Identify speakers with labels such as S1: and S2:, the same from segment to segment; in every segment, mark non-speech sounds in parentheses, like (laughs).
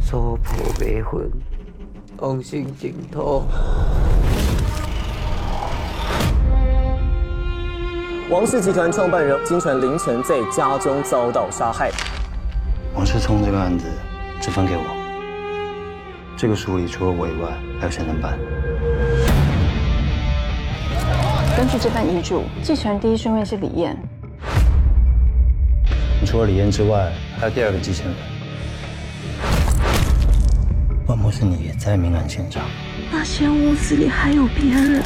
S1: 娑婆迷魂，往生净土。
S2: 王氏集团创办人今晨凌晨在家中遭到杀害。
S3: 王世聪这个案子只分给我，这个书里除了我以外，还有谁能办？
S4: 根据这份遗嘱，继承人第一顺位是李艳，
S3: 除了李嫣之外，还有第二个继承人。万不是你也在命案现场？
S5: 发现屋子里还有别人。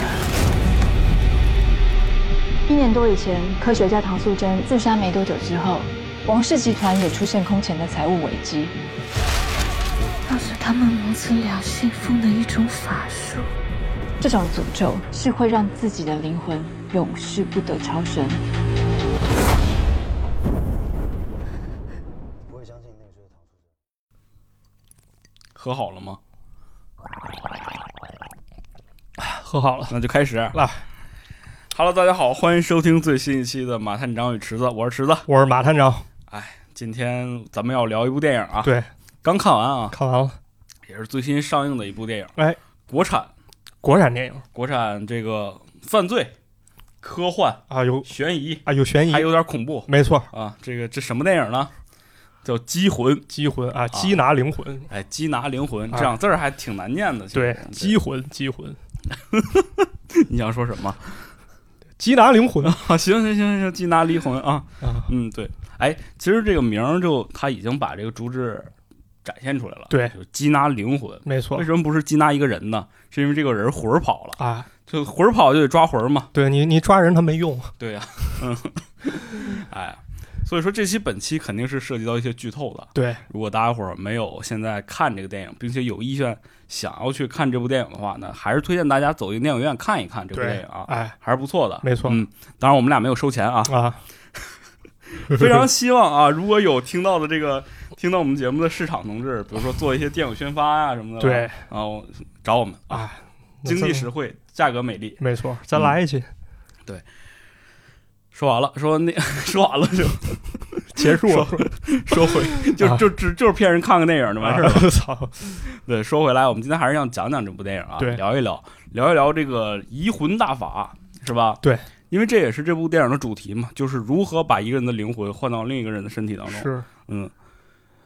S4: 一年多以前，科学家唐素贞自杀没多久之后，王氏集团也出现空前的财务危机。
S5: 那是他们母子俩信奉的一种法术。
S4: 这种诅咒是会让自己的灵魂永世不得超生。
S3: 不会相信那个就是唐
S6: 喝好了吗？喝好了，那就开始来。Hello，大家好，欢迎收听最新一期的《马探长与池子》，我是池子。哎
S7: 我是马探长，
S6: 今天咱们要聊一部电影啊，
S7: 对，
S6: 刚看完啊，
S7: 看完了，
S6: 也是最新上映的一部电影，
S7: 哎，
S6: 国产，
S7: 国产电影
S6: 国产这个犯罪、科幻、
S7: 啊，有
S6: 悬疑，
S7: 啊有悬疑
S6: 还，有点恐怖
S7: 没错，
S6: 啊。这个这什么电影呢？叫《机魂》，
S7: 机魂啊，缉拿灵魂，
S6: 哎，缉拿灵魂，
S7: 啊
S6: 这两字儿还挺难念的。其实
S7: 对，缉魂，缉魂，
S6: 你想说什么？
S7: 缉拿灵魂
S6: (laughs) 啊，行行行行，缉拿离魂啊，
S7: 啊，
S6: 嗯，对，哎，其实这个名儿就他已经把这个主旨展现出来了，
S7: 对
S6: 就是缉拿灵魂。
S7: 没错
S6: 为什么不是缉拿一个人呢？是因为这个人魂儿跑了，
S7: 啊，
S6: 就魂儿跑就得抓魂儿嘛。
S7: 对你你抓人他没用，
S6: 对呀、 (laughs) 嗯，哎，所以说这期本期肯定是涉及到一些剧透的。
S7: 对，
S6: 如果大家伙儿没有现在看这个电影，并且有意愿想要去看这部电影的话呢，还是推荐大家走进电影院看一看这部
S7: 对
S6: 电影啊，
S7: 哎，
S6: 还是不错的。
S7: 没错
S6: 嗯，当然我们俩没有收钱
S7: (laughs)
S6: 啊，
S7: 啊，
S6: (laughs)
S7: (laughs)
S6: 非常希望啊，如果有听到的这个听到我们节目的市场同志，比如说做一些电影宣发啊什么的，，
S7: 对
S6: 然后找我们，
S7: 啊，那
S6: 经济
S7: 这
S6: 实
S7: 么
S6: 惠，嗯价格美丽。
S7: 没错，咱来
S6: (laughs)
S7: 一期，
S6: 说完了，说那 (laughs) 说完了就
S7: 结束
S6: 说说回，就
S7: 啊
S6: 就只就是骗人看个电影就完事儿了。
S7: (laughs) 我操，
S6: 对，说回来，我们今天还是要讲讲这部电影啊，
S7: 对
S6: 聊一聊，聊一聊这个移魂大法，是吧？
S7: 对，
S6: 因为这也是这部电影的主题嘛，就是如何把一个人的灵魂换到另一个人的身体当中。
S7: 是
S6: 嗯，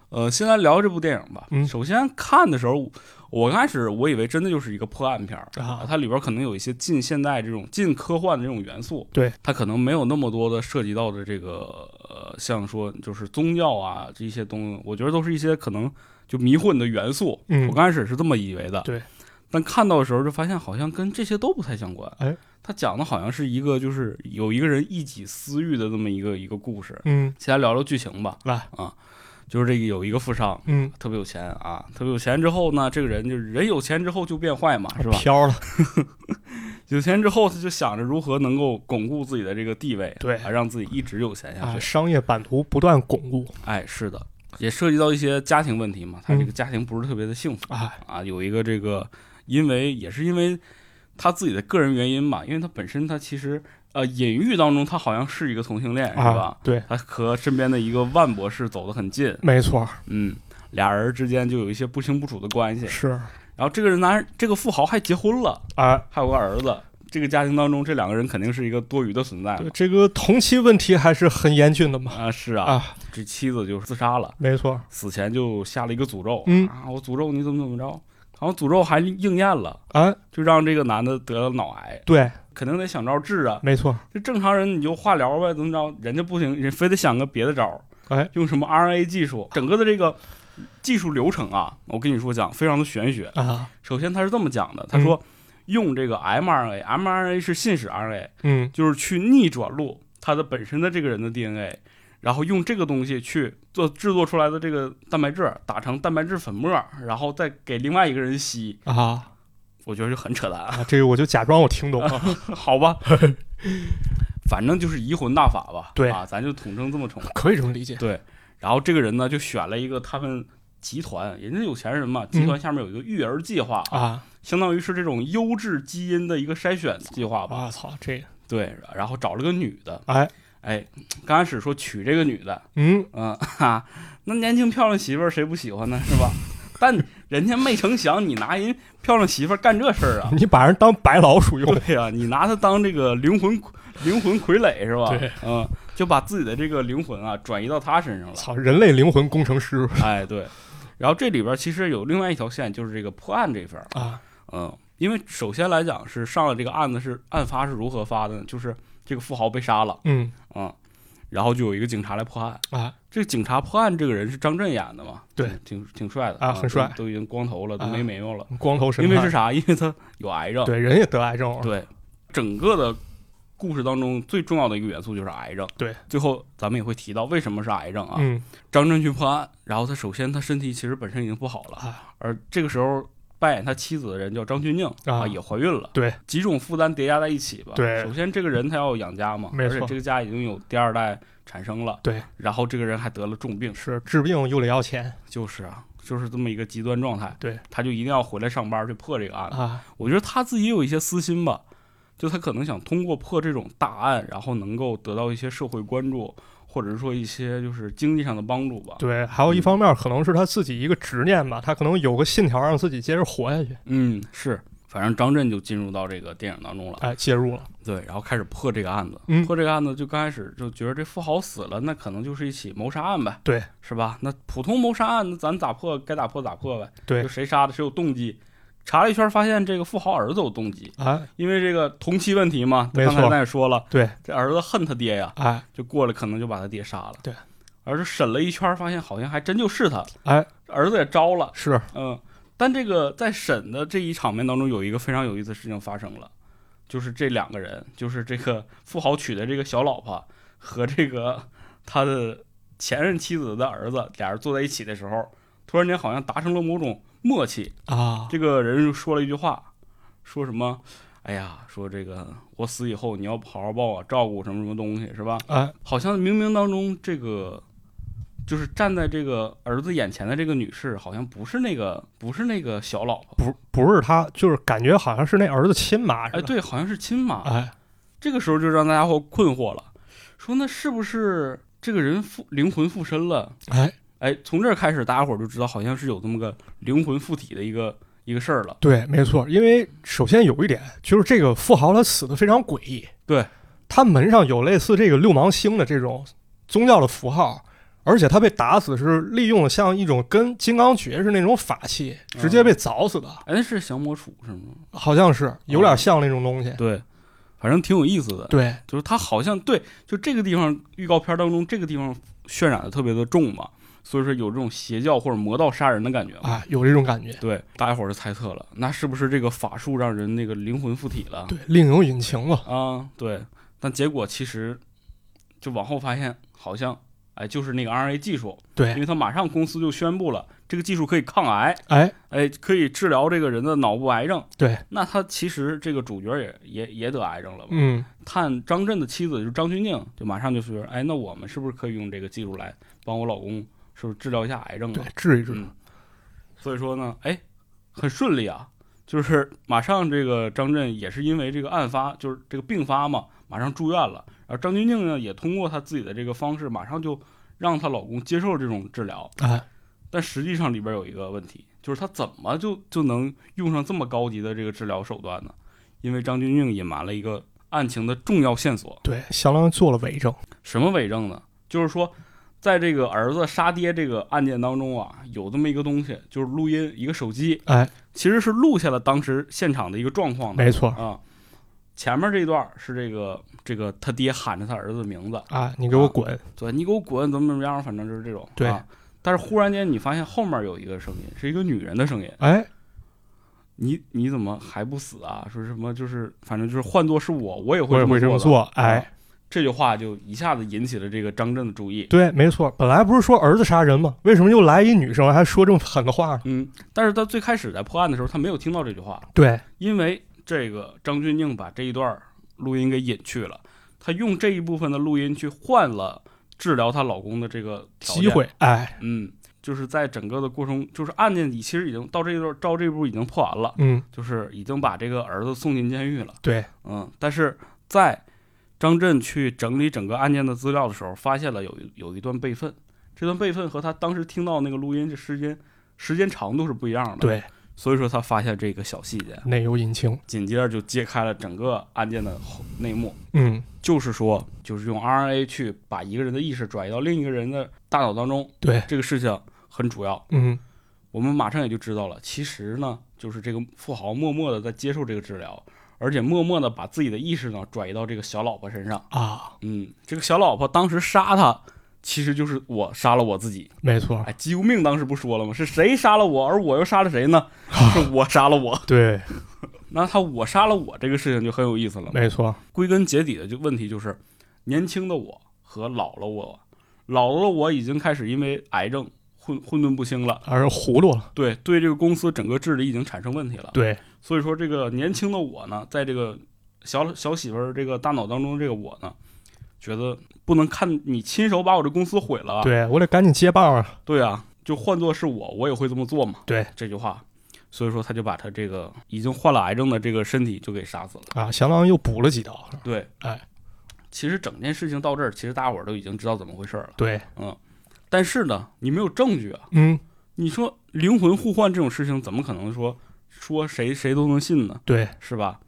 S6: 呃，先来聊这部电影吧。
S7: 嗯
S6: 首先看的时候，我刚开始我以为真的就是一个破案片儿
S7: 啊
S6: 它里边可能有一些近现代这种近科幻的这种元素，
S7: 对，
S6: 它可能没有那么多的涉及到的这个呃，像说就是宗教啊这一些东西，我觉得都是一些可能就迷混的元素。
S7: 嗯
S6: 我刚开始是这么以为的，
S7: 对。
S6: 但看到的时候就发现好像跟这些都不太相关。
S7: 哎，
S6: 它讲的好像是一个就是有一个人一己私欲的这么一个一个故事。
S7: 嗯，
S6: 先来聊聊剧情吧。
S7: 来
S6: 啊，就是这个有一个富商
S7: 嗯，
S6: 特别有钱啊，特别有钱之后呢，这个人就是人有钱之后就变坏嘛，是吧？
S7: 飘了，
S6: 有钱之后他就想着如何能够巩固自己的这个地位，
S7: 对
S6: 啊，让自己一直有钱下
S7: 啊，
S6: 去。
S7: 商业版图不断巩固，
S6: 哎，是的，也涉及到一些家庭问题嘛，他这个家庭不是特别的幸福、
S7: 嗯哎，
S6: 啊，有一个这个，因为也是因为他自己的个人原因吧，因为他本身他其实呃隐喻当中他好像是一个同性哎恋，是吧
S7: 啊？，对，
S6: 他和身边的一个万博士走得很近，
S7: 没错，
S6: 嗯，俩人之间就有一些不清不楚的关系。
S7: 是
S6: 然后这个人男，这个富豪还结婚了，
S7: 啊，
S6: 还有个儿子。这个家庭当中，这两个人肯定是一个多余的存在
S7: 对
S6: 嘛
S7: 这个同期问题还是很严峻的嘛，
S6: 啊！是啊，
S7: 啊，
S6: 这妻子就自杀了，
S7: 没错，
S6: 死前就下了一个诅咒，
S7: 嗯
S6: 啊，我诅咒你怎么怎么着，然后诅咒还应验了，
S7: 啊，
S6: 就让这个男的得了脑癌，
S7: 对，
S6: 肯定得想招治啊。
S7: 没错，
S6: 这正常人你就化疗呗，怎么着？人家不行，人非得想个别的招儿，
S7: 哎，
S6: 用什么 RNA 技术，整个的这个技术流程啊，我跟你说讲非常的玄学，
S7: 啊，
S6: 首先他是这么讲的，他说用这个 mRNA，mRNA 是信使 RNA，
S7: 嗯，
S6: 就是去逆转录它的本身的这个人的 DNA，然后用这个东西去做制作出来的这个蛋白质打成蛋白质粉末，然后再给另外一个人吸。
S7: 啊
S6: 我觉得就很扯淡 (laughs) 啊，
S7: 啊，这个我就假装我听懂了
S6: 好吧，反正就是移魂大法吧。
S7: 对
S6: 啊，咱就统称这么称。
S7: 可以这么理解
S6: 对，然后这个人呢就选了一个他们。集团，人家有钱人嘛，集团下面有一个育儿计划，
S7: 啊
S6: 相当于是这种优质基因的一个筛选计划吧。
S7: 啊我操，这个，
S6: 对，然后找了个女的，
S7: 哎，
S6: 哎，刚开始说娶这个女的，
S7: 嗯，！
S6: 嗯哈、那年轻漂亮媳妇儿谁不喜欢呢？是吧？ (laughs) 但人家没成想你拿人漂亮媳妇儿干这事儿啊
S7: (laughs) 你把人当白老鼠用，
S6: 对呀、你拿她当这个灵魂灵魂傀儡是吧？
S7: 对，
S6: 嗯，就把自己的这个灵魂啊转移到她身上了。
S7: 操，人类灵魂工程师
S6: 哎，对。然后这里边其实有另外一条线，就是这个破案这份儿。
S7: 啊，
S6: 嗯，因为首先来讲是上了这个案子是案发是如何发的呢？就是这个富豪被杀了，
S7: 嗯
S6: 嗯，然后就有一个警察来破案。
S7: 啊，
S6: 这个警察破案这个人是张震演的嘛？
S7: 对
S6: 挺，挺挺帅的
S7: 啊很帅
S6: 都，都已经光头了，都
S7: 啊
S6: 没眉毛了。
S7: 光头神
S6: 因为是
S7: 探，
S6: 啥？因为他有癌症。
S7: 对，人也得癌症，
S6: 对整个的故事当中最重要的一个元素就是癌症。
S7: 对，
S6: 最后咱们也会提到为什么是癌症啊？
S7: 嗯
S6: 张震去破案，然后他首先他身体其实本身已经不好了，
S7: 啊，
S6: 而这个时候扮演他妻子的人叫张钧甯
S7: 啊
S6: 也怀孕了。
S7: 对，
S6: 几种负担叠加在一起吧。
S7: 对
S6: 首先这个人他要养家嘛，
S7: 没
S6: 而
S7: 错
S6: 且这个家已经有第二代产生了。
S7: 对，
S6: 然后这个人还得了重病，
S7: 是治病又得要钱
S6: 就是啊，就是这么一个极端状态。
S7: 对，
S6: 他就一定要回来上班去破这个案子。
S7: 啊，
S6: 我觉得他自己也有一些私心吧，就他可能想通过破这种大案，然后能够得到一些社会关注，或者是说一些就是经济上的帮助吧。
S7: 对，还有一方面可能是他自己一个执念吧，他可能有个信条让自己接着活下去，
S6: 嗯，是，反正张震就进入到这个电影当中了。
S7: 哎，介入了，
S6: 对，然后开始破这个案子。
S7: 嗯
S6: 破这个案子就刚开始就觉得这富豪死了，那可能就是一起谋杀案呗，
S7: 对，
S6: 是吧？那普通谋杀案，那咱咋破该咋破咋破呗。
S7: 对
S6: 就谁杀的，谁有动机。查了一圈，发现这个富豪儿子有动机，
S7: 啊，
S6: 因为这个同妻问题嘛。
S7: 没
S6: 刚才
S7: 错
S6: 咱也说了，
S7: 对，
S6: 这儿子恨他爹呀，
S7: 哎
S6: 就过来可能就把他爹杀了。
S7: 对，
S6: 而是审了一圈，发现好像还真就是他，
S7: 哎，
S6: 儿子也招了，
S7: 是
S6: 嗯，但这个在审的这一场面当中，有一个非常有意思的事情发生了，就是这两个人，就是这个富豪娶的这个小老婆和这个他的前任妻子的儿子，俩人坐在一起的时候，突然间好像达成了某种默契。
S7: 啊，
S6: 这个人就说了一句话，说什么？哎呀，说这个我死以后，你要好好帮我照顾什么什么东西，是吧？
S7: 哎
S6: 好像冥冥当中，这个就是站在这个儿子眼前的这个女士，好像不是那个不是那个小老婆，
S7: 不不是他，就是感觉好像是那儿子亲妈似
S6: 哎，
S7: 的，
S6: 对，好像是亲妈。
S7: 哎，
S6: 这个时候就让大家伙困惑了，说那是不是这个人附灵魂附身了？
S7: 哎，
S6: 哎，从这儿开始，大家伙儿就知道好像是有这么个灵魂附体的一个一个事儿了。
S7: 对，没错，因为首先有一点就是这个富豪他死的非常诡异，
S6: 对
S7: 他门上有类似这个六芒星的这种宗教的符号，而且他被打死是利用了像一种跟金刚诀是那种法器，直接被凿死的，
S6: 哎，那是降魔杵是吗？
S7: 好像是有点像那种东西。
S6: 对，反正挺有意思的。
S7: 嗯对，
S6: 就是他好像对，就这个地方预告片当中这个地方渲染的特别的重嘛，所以说有这种邪教或者魔道杀人的感觉嘛。
S7: 啊，有这种感觉。
S6: 对，大家伙儿就猜测了，那是不是这个法术让人那个灵魂附体了？
S7: 对，另有隐情了。
S6: 啊，对。但结果其实就往后发现，好像哎，就是那个 RNA 技术，因
S7: 对，
S6: 为他马上公司就宣布了，这个技术可以抗癌，
S7: 哎，
S6: 哎，可以治疗这个人的脑部癌症。
S7: 对，
S6: 那他其实这个主角也也也得癌症了嘛？
S7: 嗯，
S6: 看张震的妻子就是张钧甯，就马上就说，哎，那我们是不是可以用这个技术来帮我老公，是不是治疗一下癌症
S7: 对
S6: 啊？，
S7: 治一治。
S6: 嗯所以说呢，哎，很顺利啊，就是马上这个张震也是因为这个案发，就是这个病发嘛，马上住院了。然后张钧甯呢，也通过她自己的这个方式，马上就让她老公接受这种治疗。
S7: 哎，
S6: 但实际上里边有一个问题，就是她怎么就就能用上这么高级的这个治疗手段呢？因为张钧甯隐瞒了一个案情的重要线索，
S7: 对，相当于做了伪证。
S6: 什么伪证呢？就是说，在这个儿子杀爹这个案件当中啊，有这么一个东西，就是录音，一个手机，
S7: 哎，
S6: 其实是录下了当时现场的一个状况的
S7: 没错。
S6: 啊。前面这一段是这个这个他爹喊着他儿子的名字，
S7: 啊，你给我滚！
S6: 对你给我滚，怎么怎么样，反正就是这种。
S7: 对
S6: 啊但是忽然间你发现后面有一个声音，是一个女人的声音，
S7: 哎，
S6: 你你怎么还不死啊？说什么就是反正就是换做是我，我也
S7: 我
S6: 会
S7: 也会
S6: 这
S7: 这么
S6: 么的。
S7: 做。哎
S6: 啊，这句话就一下子引起了这个张震的注意。
S7: 对，没错。本来不是说儿子杀人吗？为什么又来一女生还说这么狠的话呢？
S6: 嗯，但是他最开始在破案的时候，他没有听到这句话，
S7: 对，
S6: 因为这个张钧甯把这一段录音给隐去了，她用这一部分的录音去换了治疗她老公的这个条件
S7: 机会。。哎，
S6: 嗯，就是在整个的过程，就是案件已其实已经到这一段到这一步已经破完了，
S7: 嗯，
S6: 就是已经把这个儿子送进监狱了。
S7: 对，
S6: 嗯，但是在张震去整理整个案件的资料的时候，发现了有一有一段备份，这段备份和他当时听到那个录音这时间时间长度是不一样的。，
S7: 对，
S6: 所以说他发现这个小细节，
S7: 内有隐情。
S6: 紧接着就揭开了整个案件的后内幕。
S7: 嗯，
S6: 就是说，就是用 RNA 去把一个人的意识转移到另一个人的大脑当中，
S7: 对，
S6: 这个事情很主要。
S7: 嗯
S6: 我们马上也就知道了，其实呢，就是这个富豪默默的在接受这个治疗，而且默默的把自己的意识呢转移到这个小老婆身上。
S7: 啊，
S6: 嗯，这个小老婆当时杀他，其实就是我杀了我自己。
S7: 没错，
S6: 哎，救命！当时不说了吗？是谁杀了我，而我又杀了谁呢？是我杀了我。
S7: 对，
S6: 那他我杀了我这个事情就很有意思了。
S7: 没错，
S6: 归根结底的就问题就是，年轻的我和老了我，老了我已经开始因为癌症混混沌不清了，
S7: 而糊涂了。
S6: 对对，这个公司整个治理已经产生问题了。
S7: 对，
S6: 所以说这个年轻的我呢，在这个小小媳妇儿这个大脑当中，这个我呢，觉得不能看你亲手把我这公司毁了啊，
S7: 对我得赶紧接棒啊。
S6: 对啊，就换做是我，我也会这么做嘛。
S7: 对
S6: 这句话，所以说他就把他这个已经患了癌症的这个身体就给杀死了。
S7: 啊，相当于又补了几刀。
S6: 对，
S7: 哎，
S6: 其实整件事情到这儿，其实大伙儿都已经知道怎么回事儿了。
S7: 对，
S6: 但是呢，你没有证据啊。
S7: 嗯，
S6: 你说灵魂互换这种事情，怎么可能说说谁谁都能信呢？
S7: 对，
S6: 是吧？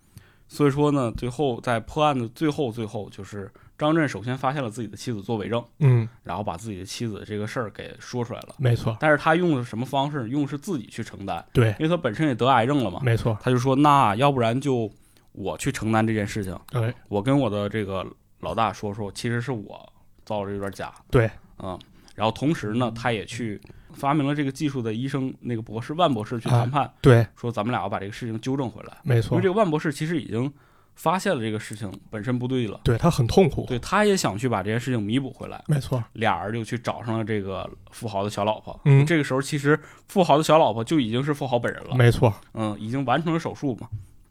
S6: 所以说呢，最后在破案的最后最后，就是张震首先发现了自己的妻子做伪证，
S7: 嗯，
S6: 然后把自己的妻子这个事儿给说出来了。
S7: 没错，
S6: 但是他用的是什么方式？用的是自己去承担，
S7: 对，
S6: 因为他本身也得癌症了嘛。
S7: 没错，
S6: 他就说，那要不然就我去承担这件事情，
S7: 哎，
S6: 我跟我的这个老大说说，其实是我造了这段假。
S7: 对，
S6: 嗯，然后同时呢，他也去发明了这个技术的医生那个博士万博士去
S7: 啊
S6: 谈判，
S7: 对，
S6: 说咱们俩要把这个事情纠正回来，
S7: 没
S6: 因
S7: 错
S6: 为这，个万博士其实已经发现了这个事情本身不对了，
S7: 对他很痛苦，
S6: 对，他也想去把这件事情弥补回来，
S7: 没错，
S6: 俩人就去找上了这个富豪的小老婆。
S7: 嗯，
S6: 这个时候，其实富豪的小老婆就已经是富豪本人了，
S7: 没错，
S6: 嗯，已经完成了手术嘛。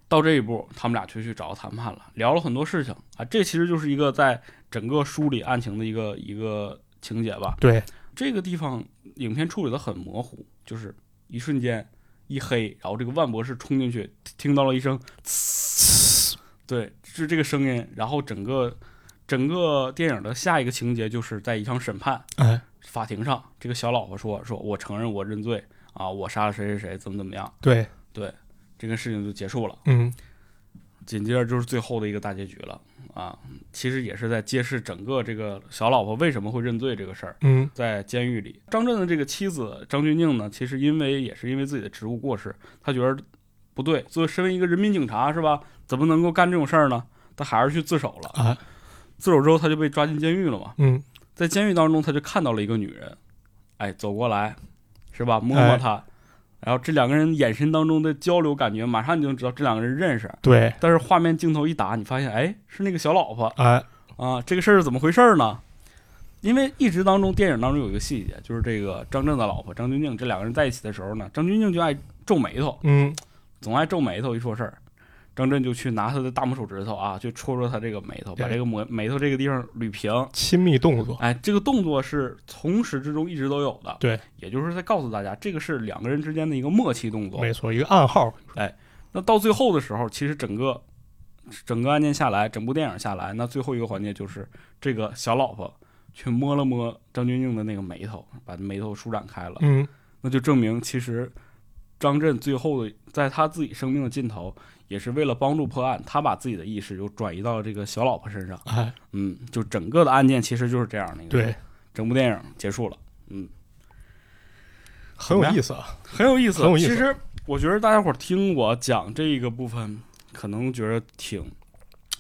S6: 到这一步，他们俩就去找谈判了，聊了很多事情啊。这其实就是一个在整个梳理案情的一个一个情节吧。
S7: 对，
S6: 这个地方影片处理的很模糊，就是一瞬间一黑，然后这个万博士冲进去，听到了一声呲，对，是这个声音。然后整个整个电影的下一个情节就是在一场审判，
S7: 哎，
S6: 法庭上，这个小老婆说：“说我承认我认罪啊，我杀了谁谁谁，怎么怎么样。”
S7: 对，
S6: 这个事情就结束了。
S7: 嗯，
S6: 紧接着就是最后的一个大结局了啊！其实也是在揭示整个这个小老婆为什么会认罪这个事儿。
S7: 嗯，
S6: 在监狱里，张震的这个妻子张钧甯呢，其实因为也是因为自己的职务过失，她觉得不对，作为身为一个人民警察是吧，怎么能够干这种事儿呢？她还是去自首了。
S7: 啊，
S6: 自首之后，她就被抓进监狱了嘛。
S7: 嗯，
S6: 在监狱当中，她就看到了一个女人，哎，走过来，是吧？摸摸她，然后这两个人眼神当中的交流，感觉马上你就能知道这两个人认识。
S7: 对，
S6: 但是画面镜头一打，你发现哎，是那个小老婆
S7: 哎，
S6: 啊，这个事儿是怎么回事儿呢？因为一直当中电影当中有一个细节，就是这个张震的老婆张钧甯这两个人在一起的时候呢，张钧甯就爱皱眉头，
S7: 嗯，
S6: 总爱皱眉头一说事儿，张震就去拿他的大拇手指头啊，去戳戳他这个眉头，把
S7: 对
S6: 这个眉眉头这个地方捋平。
S7: 亲密动作，
S6: 哎，这个动作是从始至终一直都有的，
S7: 对，
S6: 也就是在告诉大家，这个是两个人之间的一个默契动作，
S7: 没错，一个暗号，
S6: 那到最后的时候，其实整个整个案件下来，整部电影下来，那最后一个环节就是这个小老婆去摸了摸张钧甯的那个眉头，把眉头舒展开了，
S7: 嗯，
S6: 那就证明其实张震最后的在他自己生命的尽头，也是为了帮助破案，他把自己的意识又转移到了这个小老婆身上。
S7: 哎，
S6: 嗯，就整个的案件其实就是这样的一个，
S7: 对，，
S6: 整部电影结束了，嗯，
S7: 很有意思啊，
S6: 很有意思，
S7: 很有意思
S6: 其实我觉得大家伙儿听我讲这个部分，可能觉得挺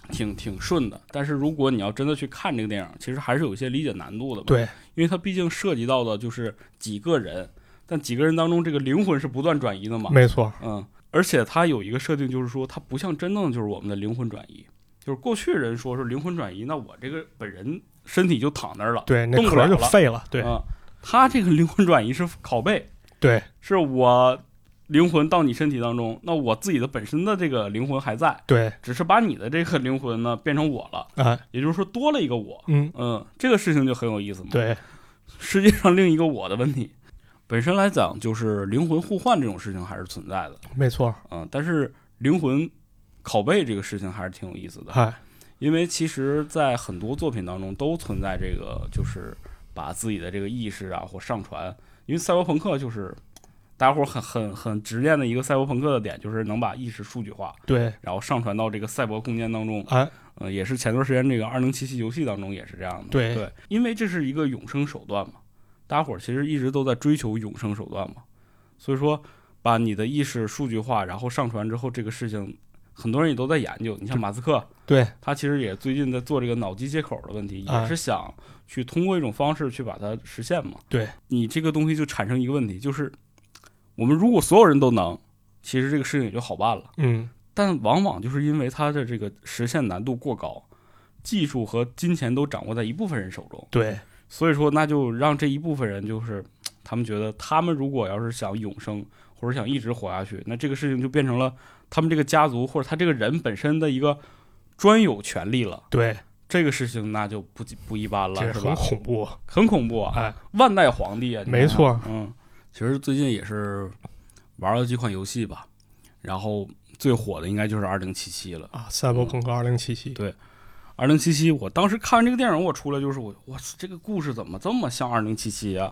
S6: 挺挺顺的，但是如果你要真的去看这个电影，其实还是有一些理解难度的吧。，
S7: 对，
S6: 因为它毕竟涉及到的就是几个人，但几个人当中这个灵魂是不断转移的嘛。
S7: 没错，
S6: 嗯，而且它有一个设定，就是说它不像真正的就是我们的灵魂转移，就是过去人说是灵魂转移，那我这个本人身体就躺那儿了，
S7: 对，那
S6: 动不
S7: 壳
S6: 了
S7: 就
S6: 了
S7: 废了，对，
S6: 嗯，他这个灵魂转移是拷贝。
S7: 对，
S6: 是我灵魂到你身体当中，那我自己的本身的这个灵魂还在，
S7: 对，
S6: 只是把你的这个灵魂呢变成我了，
S7: 哎，
S6: 也就是说多了一个我。
S7: 嗯，
S6: 嗯，这个事情就很有意思嘛。，
S7: 对，
S6: 世界上另一个我的问题，本身来讲就是灵魂互换这种事情还是存在的。
S7: 没错，
S6: 嗯，但是灵魂拷贝这个事情还是挺有意思的，
S7: 哎，
S6: 因为其实，在很多作品当中都存在这个，就是把自己的这个意识啊或上传，因为赛博朋克就是大家伙儿很很很直面的一个赛博朋克的点，就是能把意识数据化，
S7: 对，
S6: 然后上传到这个赛博空间当中。
S7: 哎，
S6: 呃，也是前段时间这个二零七七游戏当中也是这样的。
S7: 对
S6: 对，因为这是一个永生手段嘛，大家伙儿其实一直都在追求永生手段嘛，所以说把你的意识数据化，然后上传之后，这个事情很多人也都在研究。你像马斯克，
S7: 对，
S6: 他其实也最近在做这个脑机接口的问题，
S7: 哎
S6: 也是想去通过一种方式去把它实现嘛。
S7: 对，
S6: 你这个东西就产生一个问题，就是我们如果所有人都能，其实这个事情也就好办了。
S7: 嗯，
S6: 但往往就是因为它的这个实现难度过高，技术和金钱都掌握在一部分人手中，
S7: 对，
S6: 所以说那就让这一部分人就是他们觉得，他们如果要是想永生或者想一直活下去，那这个事情就变成了他们这个家族或者他这个人本身的一个专有权利了。
S7: 对，
S6: 这个事情那就不不一般
S7: 这
S6: 了，是
S7: 很
S6: 吧？
S7: 恐怖，
S6: (laughs) 很恐怖啊！
S7: 哎，
S6: 万代皇帝啊，你
S7: 没错
S6: 看看，嗯，其实最近也是玩了几款游戏吧，然后最火的应该就是二零七七了。
S7: 啊，赛博朋克二零七七，
S6: 二零七七，我当时看完这个电影，我出来就是我，我这个故事怎么这么像二零七七啊？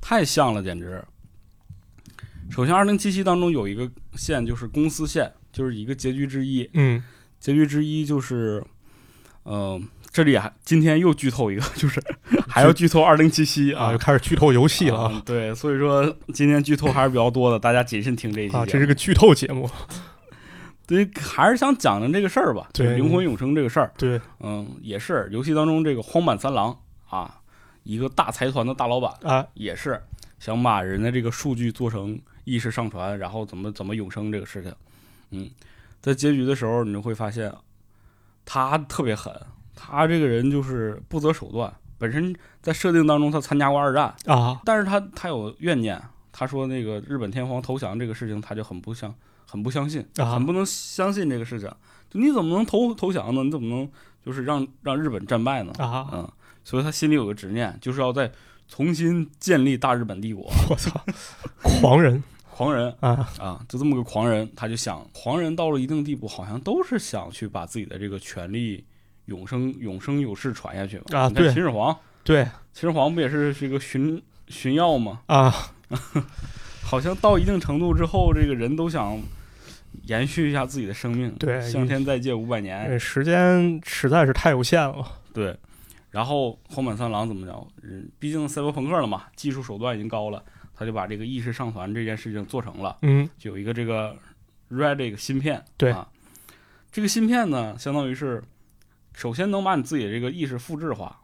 S6: 太像了，简直！首先，二零七七当中有一个线就是公司线，就是一个结局之一。
S7: 嗯，
S6: 结局之一就是，嗯、这里还今天又剧透一个，就是 (laughs) 还要剧透二零七七
S7: 啊，
S6: 啊
S7: 又，开始剧透游戏了
S6: 嗯
S7: 啊，
S6: 对，所以说今天剧透还是比较多的，大家谨慎听这一期节目。
S7: 啊，这是个剧透节目，
S6: 对，还是想讲讲这个事儿吧，就是
S7: 对
S6: 灵魂永生这个事儿。
S7: 对，
S6: 嗯，也是游戏当中这个荒坂三郎啊，一个大财团的大老板，
S7: 啊，
S6: 也是想把人的这个数据做成意识上传，然后怎么怎么永生这个事情。嗯，在结局的时候，你就会发现他特别狠，他这个人就是不择手段。本身在设定当中，他参加过二战，
S7: 啊，
S6: 但是他他有怨念，他说那个日本天皇投降这个事情，他就很不相很不相信，
S7: 啊
S6: 很不能相信这个事情。就你怎么能投投降呢？你怎么能就是让让日本战败呢？
S7: 啊，
S6: 嗯，所以他心里有个执念，就是要再重新建立大日本帝
S7: (laughs)
S6: 国。
S7: 我操，狂人
S6: 狂人
S7: 啊，
S6: 啊，就这么个狂人，他就想，狂人到了一定地步，好像都是想去把自己的这个权利永生永生有世传下去嘛。
S7: 啊
S6: 你看
S7: 对
S6: 秦始皇，
S7: 对
S6: 秦始皇不也是这个寻寻药吗？
S7: 啊，
S6: 好像到一定程度之后，这个人都想延续一下自己的生命，
S7: 对
S6: 向天再借五百年，
S7: 这哎时间实在是太有限了，
S6: 对。然后荒坂三郎怎么着？嗯，毕竟赛博朋克了嘛，技术手段已经高了，他就把这个意识上传这件事情做成了，
S7: 嗯，
S6: 就有一个这个 Relic 芯片，
S7: 对
S6: 啊，这个芯片呢，相当于是首先能把你自己的这个意识复制化，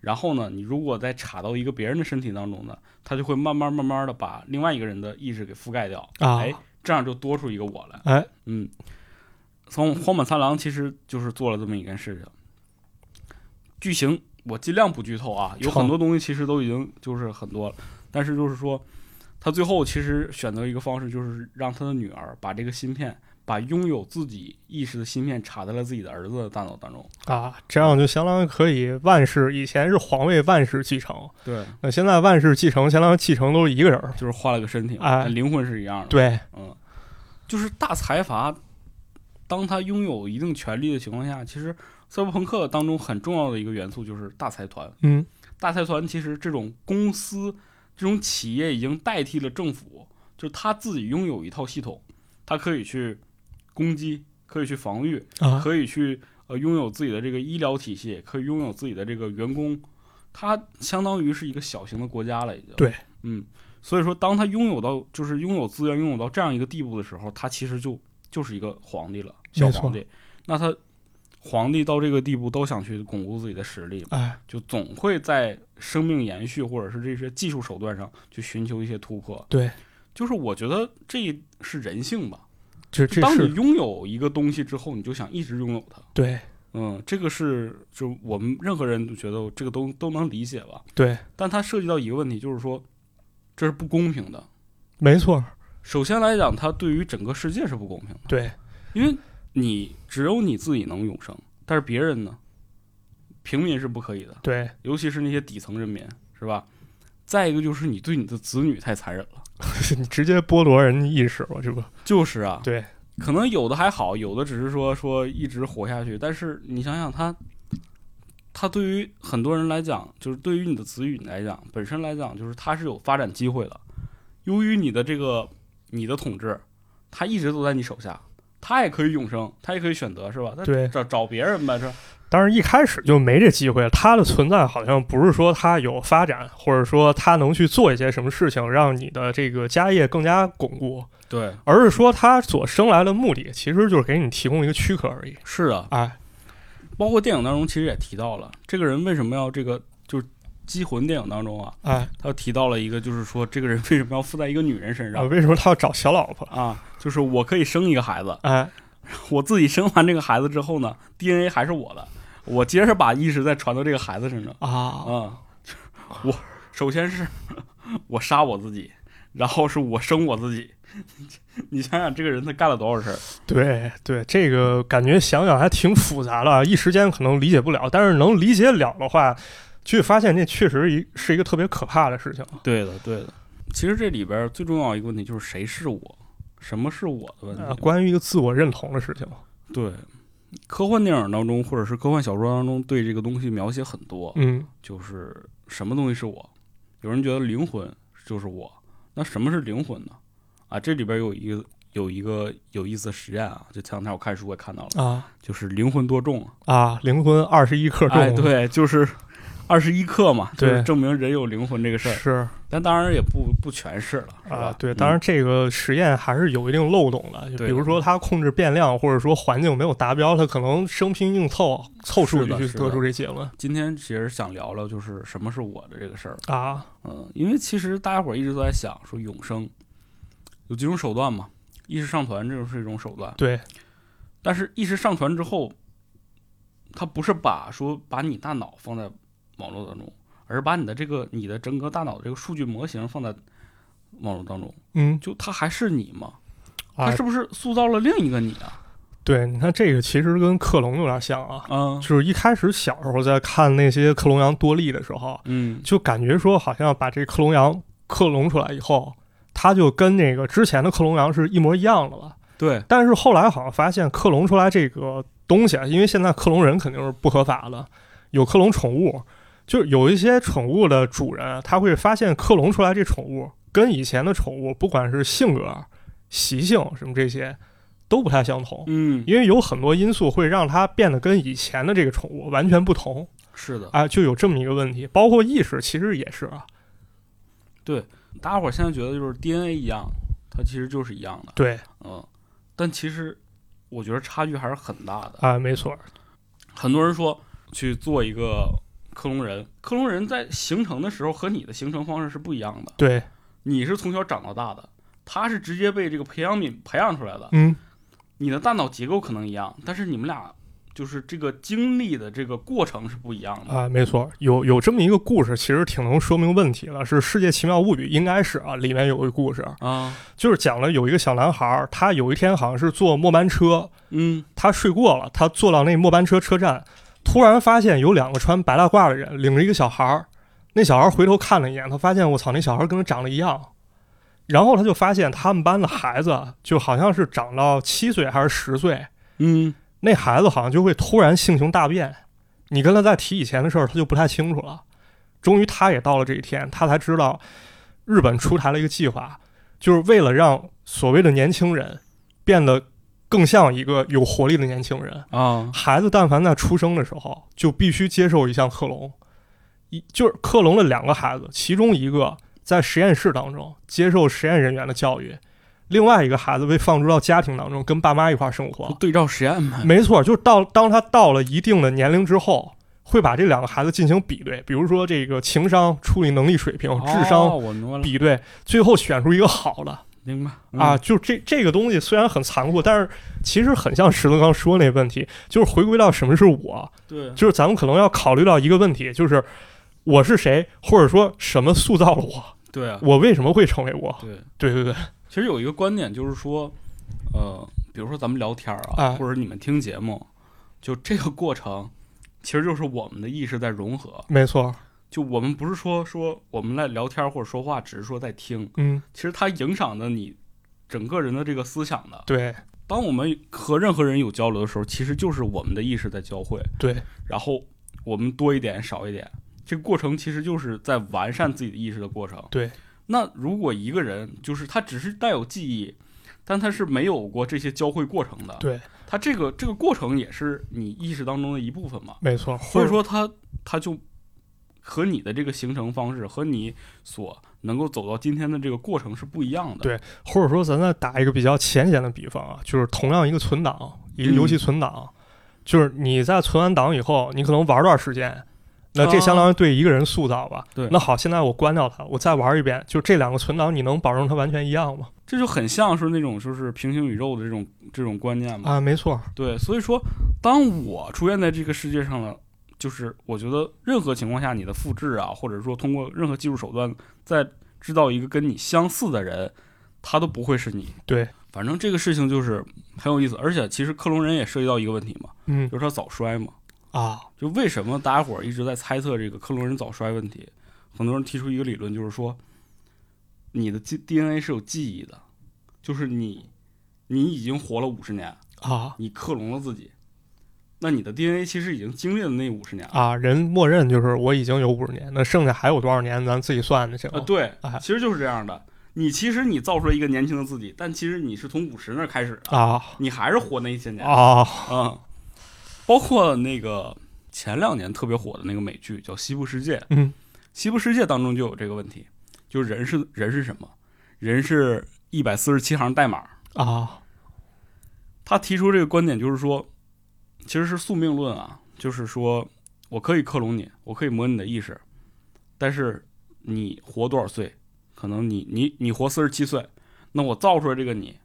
S6: 然后呢，你如果再插到一个别人的身体当中呢，它就会慢慢慢慢的把另外一个人的意识给覆盖掉，
S7: 啊
S6: 哎，这样就多出一个我来，
S7: 哎，
S6: 嗯，从荒坂三郎其实就是做了这么一件事情，剧情我尽量不剧透啊，有
S7: 成
S6: 很多东西其实都已经就是很多了，但是就是说，他最后其实选择一个方式，就是让他的女儿把这个芯片，把拥有自己意识的芯片插在了自己的儿子的大脑当中。
S7: 啊，这样就相当于可以万世，以前是皇位万世继承，
S6: 对，
S7: 那现在万世继承相当于继承都是一个人儿，
S6: 就是换了个身体，
S7: 哎
S6: 但灵魂是一样的。，
S7: 对，
S6: 嗯，就是大财阀，当他拥有一定权力的情况下，其实赛博朋克当中很重要的一个元素就是大财团。
S7: 嗯，
S6: 大财团其实这种公司、这种企业已经代替了政府，就是他自己拥有一套系统，他可以去攻击，可以去防御，
S7: 啊，
S6: 可以去呃拥有自己的这个医疗体系，可以拥有自己的这个员工，它相当于是一个小型的国家了，已经。
S7: 对，
S6: 嗯，所以说，当他拥有到就是拥有资源、拥有到这样一个地步的时候，他其实就就是一个皇帝了，小
S7: 没错
S6: 皇帝。那他皇帝到这个地步都想去巩固自己的实力，
S7: 哎，
S6: 就总会在生命延续或者是这些技术手段上去寻求一些突破。
S7: 对，
S6: 就是我觉得这是人性吧。
S7: 这
S6: 就
S7: 这
S6: 当你
S7: 是
S6: 拥有一个东西之后，你就想一直拥有它。
S7: 对
S6: 嗯，这个是就我们任何人都觉得这个都都能理解吧，
S7: 对，
S6: 但它涉及到一个问题，就是说这是不公平的。
S7: 没错，
S6: 首先来讲，它对于整个世界是不公平的，
S7: 对
S6: 因为你只有你自己能永生，但是别人呢，平民是不可以的，
S7: 对
S6: 尤其是那些底层人民，是吧？再一个就是你对你的子女太残忍了，
S7: (laughs) 你直接剥夺人意识，我这不
S6: 就是啊，
S7: 对，
S6: 可能有的还好，有的只是说说一直活下去。但是你想想他，他对于很多人来讲，就是对于你的子女来讲，本身来讲就是他是有发展机会的，由于你的这个你的统治，他一直都在你手下，他也可以永生，他也可以选择，是吧？那
S7: 对
S6: 找找别人呗，是吧？
S7: 当然一开始就没这机会，它的存在好像不是说它有发展，或者说它能去做一些什么事情，让你的这个家业更加巩固，
S6: 对，
S7: 而是说它所生来的目的其实就是给你提供一个躯壳而已。
S6: 是啊，
S7: 哎，
S6: 包括电影当中其实也提到了，这个人为什么要这个，就是《机魂》电影当中啊，
S7: 哎，
S6: 他提到了一个，就是说这个人为什么要附在一个女人身
S7: 然
S6: 上
S7: 后为什么他要找小老婆？
S6: 啊？就是我可以生一个孩子，
S7: 哎，
S6: 我自己生完这个孩子之后呢，DNA 还是我的，我接着把意识再传到这个孩子身上
S7: 啊，
S6: 啊、我首先是 (laughs) 我杀我自己，然后是我生我自己。 (laughs) 你想想，这个人他干了多少事儿？
S7: 对对，这个感觉想想还挺复杂的，啊一时间可能理解不了，但是能理解了的话，就发现这确实一是一个特别可怕的事情。
S6: 对的，对的。其实这里边最重要一个问题就是谁是我，什么是我的问题。
S7: 呃，关于一个自我认同的事情，
S6: 对，科幻电影当中或者是科幻小说当中对这个东西描写很多，
S7: 嗯，
S6: 就是什么东西是我？有人觉得灵魂就是我，那什么是灵魂呢？啊，这里边有一个有一个有意思的实验啊，就前两天我看书我也看到了，
S7: 啊
S6: 就是灵魂多重啊，
S7: 啊，灵魂二十一克重，
S6: 哎，对，就是二十一克嘛，就是
S7: 对
S6: 证明人有灵魂这个事儿，
S7: 是
S6: 但当然也不不全是了，是
S7: 啊
S6: 吧，？嗯
S7: 对，当然这个实验还是有一定漏洞的，就
S6: 对
S7: 比如说它控制变量，或者说环境没有达标，它可能生拼硬凑凑数
S6: 是
S7: 据
S6: 的
S7: 去
S6: 是
S7: 得
S6: 的
S7: 出这结论
S6: 今天其实想聊聊就是什么是我的这个事儿，
S7: 啊，
S6: 嗯，因为其实大家伙儿一直都在想说永生有几种手段嘛，意识上传这就是一种手段，
S7: 对，
S6: 但是意识上传之后，它不是把说把你大脑放在网络当中，而是把你的这个你的整个大脑的这个数据模型放在网络当中，
S7: 嗯
S6: 就它还是你吗？它
S7: 啊
S6: 是，不是塑造了另一个你啊？
S7: 对，你看这个其实跟克隆有点像啊，
S6: 嗯
S7: 就是一开始小时候在看那些克隆羊多利的时候，
S6: 嗯，
S7: 就感觉说好像把这克隆羊克隆出来以后，它就跟那个之前的克隆羊是一模一样的了。
S6: 对
S7: 但是后来好像发现克隆出来这个东西啊，因为现在克隆人肯定是不合法的，有克隆宠物，就是有一些宠物的主人啊他会发现克隆出来这宠物跟以前的宠物，不管是性格、习性什么这些，都不太相同。
S6: 嗯，
S7: 因为有很多因素会让它变得跟以前的这个宠物完全不同
S6: 是的，
S7: 啊，就有这么一个问题。包括意识，其实也是啊，
S6: 大家伙儿现在觉得就是 DNA 一样，它其实就是一样的，
S7: 对
S6: 嗯，但其实我觉得差距还是很大的。
S7: 啊，没错，
S6: 很多人说去做一个克隆人，克隆人在形成的时候和你的形成方式是不一样的。
S7: 对，
S6: 你是从小长到大的，他是直接被这个培养皿培养出来的。
S7: 嗯，
S6: 你的大脑结构可能一样，但是你们俩就是这个经历的这个过程是不一样的。
S7: 啊，没错，有有这么一个故事，其实挺能说明问题的，是《世界奇妙物语》，应该是啊，里面有一个故事，
S6: 啊，
S7: 就是讲了有一个小男孩儿，他有一天好像是坐末班车，
S6: 嗯
S7: 他睡过了，他坐到那末班车车站，突然发现有两个穿白大褂的人领着一个小孩儿，那小孩儿回头看了一眼，他发现我操，那小孩儿跟他长得一样。然后他就发现他们班的孩子就好像是长到七岁还是十岁，
S6: 嗯，
S7: 那孩子好像就会突然性情大变。你跟他再提以前的事儿，他就不太清楚了。终于，他也到了这一天，他才知道日本出台了一个计划，就是为了让所谓的年轻人变得更像一个有活力的年轻人。
S6: 啊，
S7: 孩子但凡在出生的时候就必须接受一项克隆，一就是克隆了两个孩子，其中一个在实验室当中接受实验人员的教育，另外一个孩子被放逐到家庭当中，跟爸妈一块儿生活
S6: 就。对照实验呗。
S7: 没错，就是到当他到了一定的年龄之后，会把这两个孩子进行比对，比如说这个情商、处理能力水平、智
S6: 哦
S7: 商
S6: 我明白了，
S7: 比对，最后选出一个好的
S6: 明白
S7: 啊。，就这这个东西虽然很残酷，但是其实很像石头刚说那问题，就是回归到什么是我，
S6: 嗯对，
S7: 就是咱们可能要考虑到一个问题，就是我是谁，或者说什么塑造了我，
S6: 对啊，
S7: 我为什么会成为我？
S6: 对。啊
S7: 对对对，
S6: 其实有一个观点就是说，呃，比如说咱们聊天儿啊，
S7: 哎
S6: 或者你们听节目，就这个过程，其实就是我们的意识在融合。
S7: 没错，
S6: 就我们不是说说我们在聊天儿或者说话，只是说在听，
S7: 嗯，
S6: 其实它影响的你整个人的这个思想的。
S7: 对
S6: 当我们和任何人有交流的时候，其实就是我们的意识在交汇，
S7: 对，
S6: 然后我们多一点少一点，这个过程其实就是在完善自己的意识的过程。
S7: 对。
S6: 那如果一个人就是他只是带有记忆，但他是没有过这些交汇过程的，
S7: 对，
S6: 他这个这个过程也是你意识当中的一部分嘛。
S7: 没错。
S6: 所以说他他就和你的这个形成方式和你所能够走到今天的这个过程是不一样的。
S7: 对或者说咱再打一个比较浅显的比方啊，就是同样一个存档，一个游戏存档，就是你在存完档以后，你可能玩段时间，那这
S6: 啊
S7: 相当于对一个人塑造吧。
S6: 对
S7: 那好，现在我关掉它，我再玩一遍，就这两个存档，你能保证它完全一样吗？
S6: 这就很像是那种就是平行宇宙的这种这种观念嘛。
S7: 啊，没错，
S6: 对，所以说当我出现在这个世界上了。就是我觉得任何情况下，你的复制啊，或者说通过任何技术手段，再制造一个跟你相似的人，他都不会是你。
S7: 对，
S6: 反正这个事情就是很有意思，而且其实克隆人也涉及到一个问题嘛，
S7: 嗯
S6: 就是他早衰嘛。
S7: 啊，
S6: 就为什么大家伙儿一直在猜测这个克隆人早衰问题？很多人提出一个理论，就是说，你的 G DNA 是有记忆的，就是你，你已经活了五十年，
S7: 啊
S6: 你克隆了自己，那你的 DNA 其实已经经历了那五十年了。
S7: 啊！人默认就是我已经有五十年，那剩下还有多少年，咱自己算的行
S6: 啊，
S7: 吗？
S6: 对
S7: 哎，
S6: 其实就是这样的。你其实你造出了一个年轻的自己，但其实你是从五十那儿开始的，
S7: 啊
S6: 你还是活那一千年
S7: 啊
S6: 嗯，包括那个前两年特别火的那个美剧叫《西部世界》，
S7: 嗯，
S6: 《西部世界》当中就有这个问题，就是人是人是什么？人是一百四十七行代码。
S7: 啊
S6: 他提出这个观点就是说，其实是宿命论啊，就是说我可以克隆你，我可以模拟你的意识，但是你活多少岁，可能你你你活四十七岁，那我造出来这个你，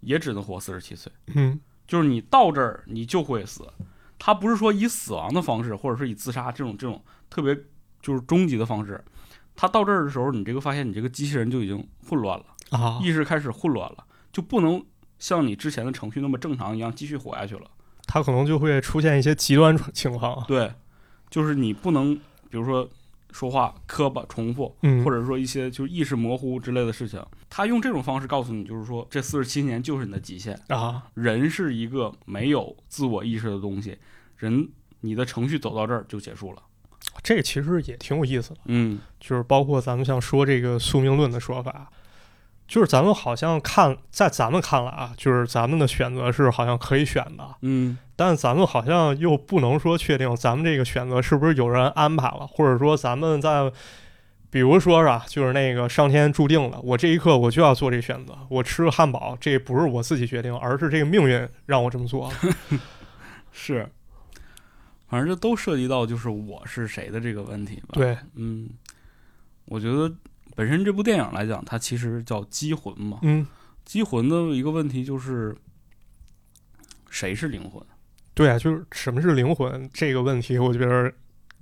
S6: 也只能活四十七岁。
S7: 嗯
S6: 就是你到这儿你就会死，他不是说以死亡的方式，或者是以自杀这种这种特别就是终极的方式，他到这儿的时候，你这个发现你这个机器人就已经混乱了，
S7: 啊
S6: 意识开始混乱了，就不能像你之前的程序那么正常一样继续活下去了。
S7: 他可能就会出现一些极端情况啊。
S6: 对，就是你不能，比如说说话磕巴、重复，
S7: 嗯，
S6: 或者说一些就是意识模糊之类的事情，他用这种方式告诉你，就是说这四十七年就是你的极限。
S7: 啊
S6: 人是一个没有自我意识的东西，人你的程序走到这儿就结束了。
S7: 这个其实也挺有意思的，
S6: 嗯，
S7: 就是包括咱们像说这个宿命论的说法，就是咱们好像看在咱们看来啊，就是咱们的选择是好像可以选的，
S6: 嗯，
S7: 但咱们好像又不能说确定咱们这个选择是不是有人安排了，或者说咱们在。比如说是啊，就是那个上天注定了，我这一刻我就要做这选择。我吃个汉堡，这不是我自己决定，而是这个命运让我这么做了。
S6: 是，反正这都涉及到就是我是谁的这个问题吧。，
S7: 对，
S6: 嗯，我觉得本身这部电影来讲，它其实叫《机魂》嘛，
S7: 嗯，
S6: 《机魂》的一个问题就是谁是灵魂？
S7: 对啊，就是什么是灵魂这个问题，我觉得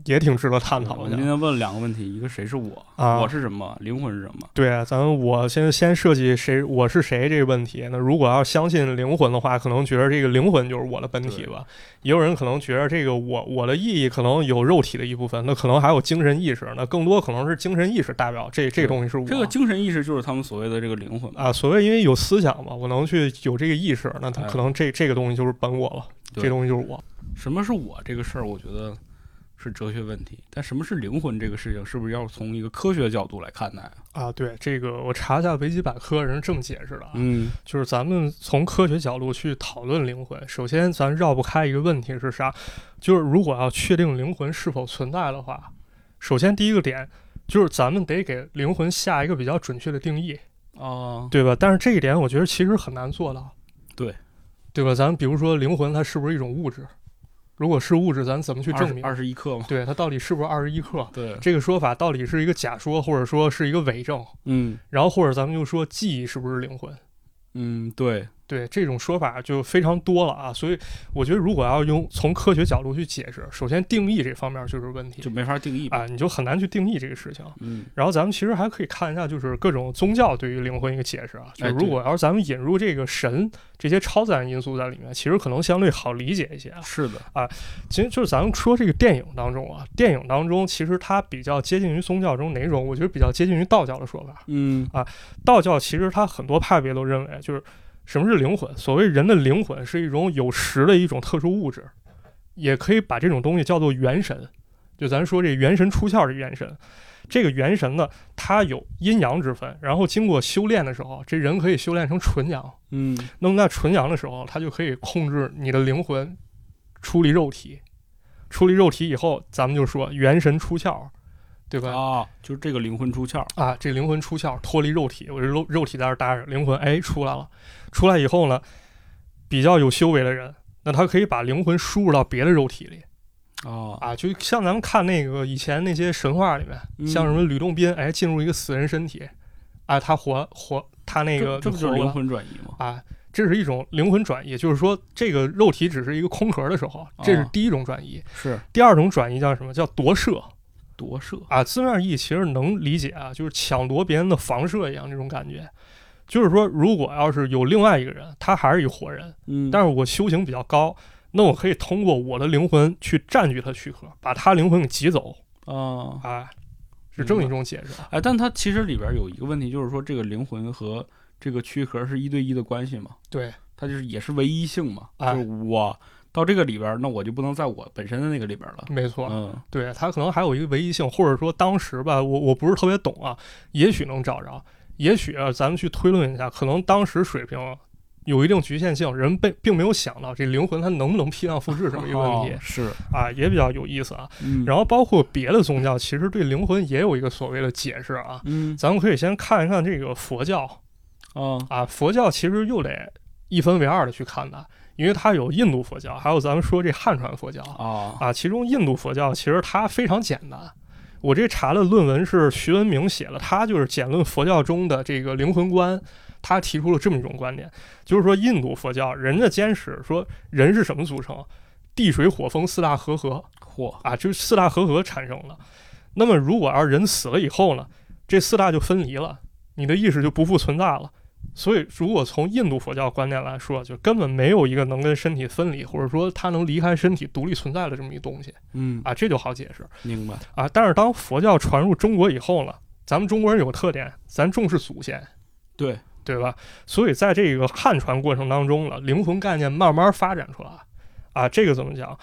S7: 也挺值得探讨
S6: 我
S7: 一
S6: 今
S7: 下。
S6: 天问了两个问题，一个谁是我，
S7: 啊
S6: 我是什么，灵魂是什么？
S7: 对啊，咱我先先设计谁我是谁这个问题。那如果要相信灵魂的话，可能觉得这个灵魂就是我的本体吧。也有人可能觉得这个我我的意义可能有肉体的一部分，那可能还有精神意识，那更多可能是精神意识代表这这个东西是我。
S6: 这个精神意识就是他们所谓的这个灵魂嘛。
S7: 啊，所谓因为有思想嘛，我能去有这个意识，那它
S6: 哎
S7: 可能这这个东西就是本我了，
S6: 对
S7: 这东西就是我。
S6: 什么是我这个事儿，我觉得是哲学问题，但什么是灵魂这个事情，是不是要从一个科学角度来看待啊？
S7: 啊，对这个我查一下维基百科，人是这么解释的啊，
S6: 嗯
S7: 就是咱们从科学角度去讨论灵魂，首先咱绕不开一个问题是啥？就是如果要确定灵魂是否存在的话，首先第一个点就是咱们得给灵魂下一个比较准确的定义，
S6: 哦，
S7: 对吧？但是这一点我觉得其实很难做到，
S6: 对，
S7: 对吧？咱们比如说灵魂它是不是一种物质？如果是物质，咱怎么去
S6: 二
S7: 证
S6: 十
S7: 明？
S6: 二十一克嘛。
S7: 对它到底是不是二十一克？
S6: 对，
S7: 这个说法到底是一个假说，或者说是一个伪证？
S6: 嗯
S7: 然后或者咱们就说记忆是不是灵魂？
S6: 嗯，对，
S7: 对这种说法就非常多了啊，所以我觉得如果要用从科学角度去解释，首先定义这方面就是问题
S6: 就没法定义吧。
S7: 啊，你就很难去定义这个事情。
S6: 嗯，
S7: 然后咱们其实还可以看一下，就是各种宗教对于灵魂一个解释啊，就
S6: 哎
S7: 是如
S6: 对
S7: 果要是咱们引入这个神这些超自然因素在里面，其实可能相对好理解一些啊。
S6: 是的，
S7: 其实就是咱们说这个电影当中啊，电影当中其实它比较接近于宗教中哪种？我觉得比较接近于道教的说法。
S6: 嗯
S7: 道教其实它很多派别都认为，就是什么是灵魂？所谓人的灵魂是一种有实的一种特殊物质，也可以把这种东西叫做元神。就咱说这元神出窍这元神，这个元神呢，它有阴阳之分，然后经过修炼的时候，这人可以修炼成纯阳。
S6: 嗯，
S7: 那么在纯阳的时候，它就可以控制你的灵魂出离肉体，出离肉体以后，咱们就说元神出窍，对吧？
S6: 啊，就是这个灵魂出窍，
S7: 啊，这灵魂出窍，脱离肉体，我这肉肉体在这儿待着，灵魂哎出来了，出来以后呢，比较有修为的人，那他可以把灵魂输入到别的肉体里
S6: 哦，
S7: 啊，就像咱们看那个以前那些神话里面，
S6: 嗯
S7: 像什么吕洞宾哎进入一个死人身体，啊，他活活他那个
S6: 这这不就是
S7: 活过
S6: 灵
S7: 来
S6: 魂转移吗？
S7: 啊，这是一种灵魂转移，就是说这个肉体只是一个空壳的时候，这是
S6: 哦
S7: 第一种转移，
S6: 是
S7: 第二种转移叫什么叫夺舍。
S6: 夺舍，
S7: 啊，字面意义其实能理解啊，就是抢夺别人的房舍一样这种感觉。就是说，如果要是有另外一个人，他还是一活人，
S6: 嗯
S7: 但
S6: 是
S7: 是我修行比较高，那我可以通过我的灵魂去占据他躯壳，把他灵魂给挤走
S6: 啊，
S7: 啊，是这么一种解释。
S6: 哎，但它其实里边有一个问题，就是说这个灵魂和这个躯壳是一对一的关系嘛，
S7: 对
S6: 它就是也是唯一性嘛，
S7: 哎
S6: 就是我到这个里边儿，那我就不能在我本身的那个里边儿了。
S7: 没错，
S6: 嗯
S7: 对他可能还有一个唯一性，或者说当时吧，我我不是特别懂啊，也许能找着，也许、啊、咱们去推论一下，可能当时水平有一定局限性，人被并没有想到这灵魂它能不能批量复制这么一个问题、
S6: 哦是，
S7: 啊，也比较有意思啊。
S6: 嗯，
S7: 然后包括别的宗教，其实对灵魂也有一个所谓的解释啊。
S6: 嗯
S7: 咱们可以先看一看这个佛教
S6: 啊
S7: 啊，佛教其实又得一分为二的去看待，因为它有印度佛教，还有咱们说这汉传佛教啊。
S6: 啊
S7: 啊，其中印度佛教其实它非常简单。我这查的论文是徐文明写的，他就是简论佛教中的这个灵魂观，他提出了这么一种观点，就是说印度佛教人家坚持说人是什么组成，地水火风四大和合
S6: 嚯
S7: 啊，就是四大和合产生了。那么如果要是人死了以后呢，这四大就分离了，你的意识就不复存在了。所以，如果从印度佛教观念来说，就根本没有一个能跟身体分离，或者说它能离开身体独立存在的这么一东西
S6: 嗯
S7: 啊，这就好解释
S6: 明白
S7: 啊。但是当佛教传入中国以后呢，咱们中国人有个特点，咱重视祖先，
S6: 对
S7: 对吧？所以在这个汉传过程当中了，灵魂概念慢慢发展出来，啊，这个怎么讲？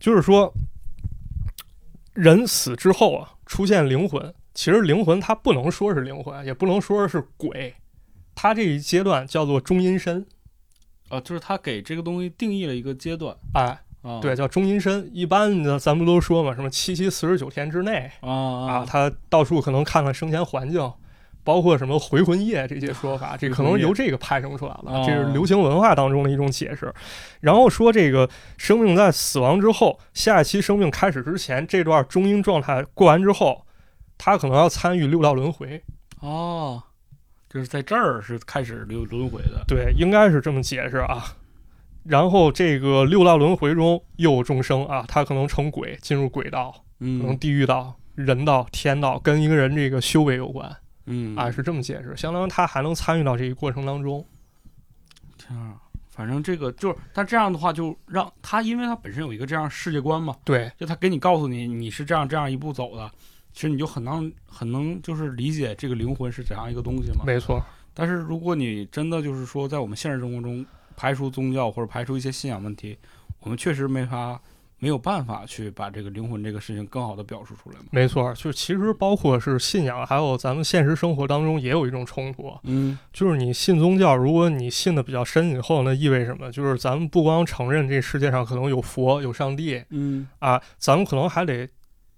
S7: 就是说，人死之后啊，出现灵魂，其实灵魂它不能说是灵魂，也不能说是鬼，它这一阶段叫做中阴身，
S6: 啊，就是他给这个东西定义了一个阶段
S7: 哎，
S6: 啊，
S7: 对，叫中阴身。一般呢，咱们都说嘛，什么七七四十九天之内
S6: 啊
S7: 啊，他到处可能看看生前环境。包括什么回魂夜这些说法，这可能由这个派生出来
S6: 哦
S7: 了，这是流行文化当中的一种解释。然后说这个生命在死亡之后，下一期生命开始之前，这段中阴状态过完之后，他可能要参与六道轮回。
S6: 哦，就是在这儿是开始轮轮回的
S7: 对，应该是这么解释啊。然后这个六道轮回中又有众生啊，他可能成鬼，进入鬼道，可能
S6: 嗯
S7: 地狱道、人道、天道，跟一个人这个修为有关
S6: 嗯
S7: 啊，是这么解释。相当于他还能参与到这一过程当中。
S6: 这样，反正这个就是，但这样的话就让他，因为他本身有一个这样世界观嘛，
S7: 对
S6: 就他给你告诉你你是这样这样一步走的，其实你就很能很能就是理解这个灵魂是怎样一个东西嘛。
S7: 没错，
S6: 但是如果你真的就是说在我们现实生活中排除宗教或者排除一些信仰问题，我们确实没法没有办法去把这个灵魂这个事情更好的表述出来嘛。
S7: 没错，就其实包括是信仰，还有咱们现实生活当中也有一种冲突，
S6: 嗯
S7: 就是你信宗教，如果你信的比较深以后，那意味着什么？就是咱们不光承认这世界上可能有佛、有上帝
S6: 嗯
S7: 啊，咱们可能还得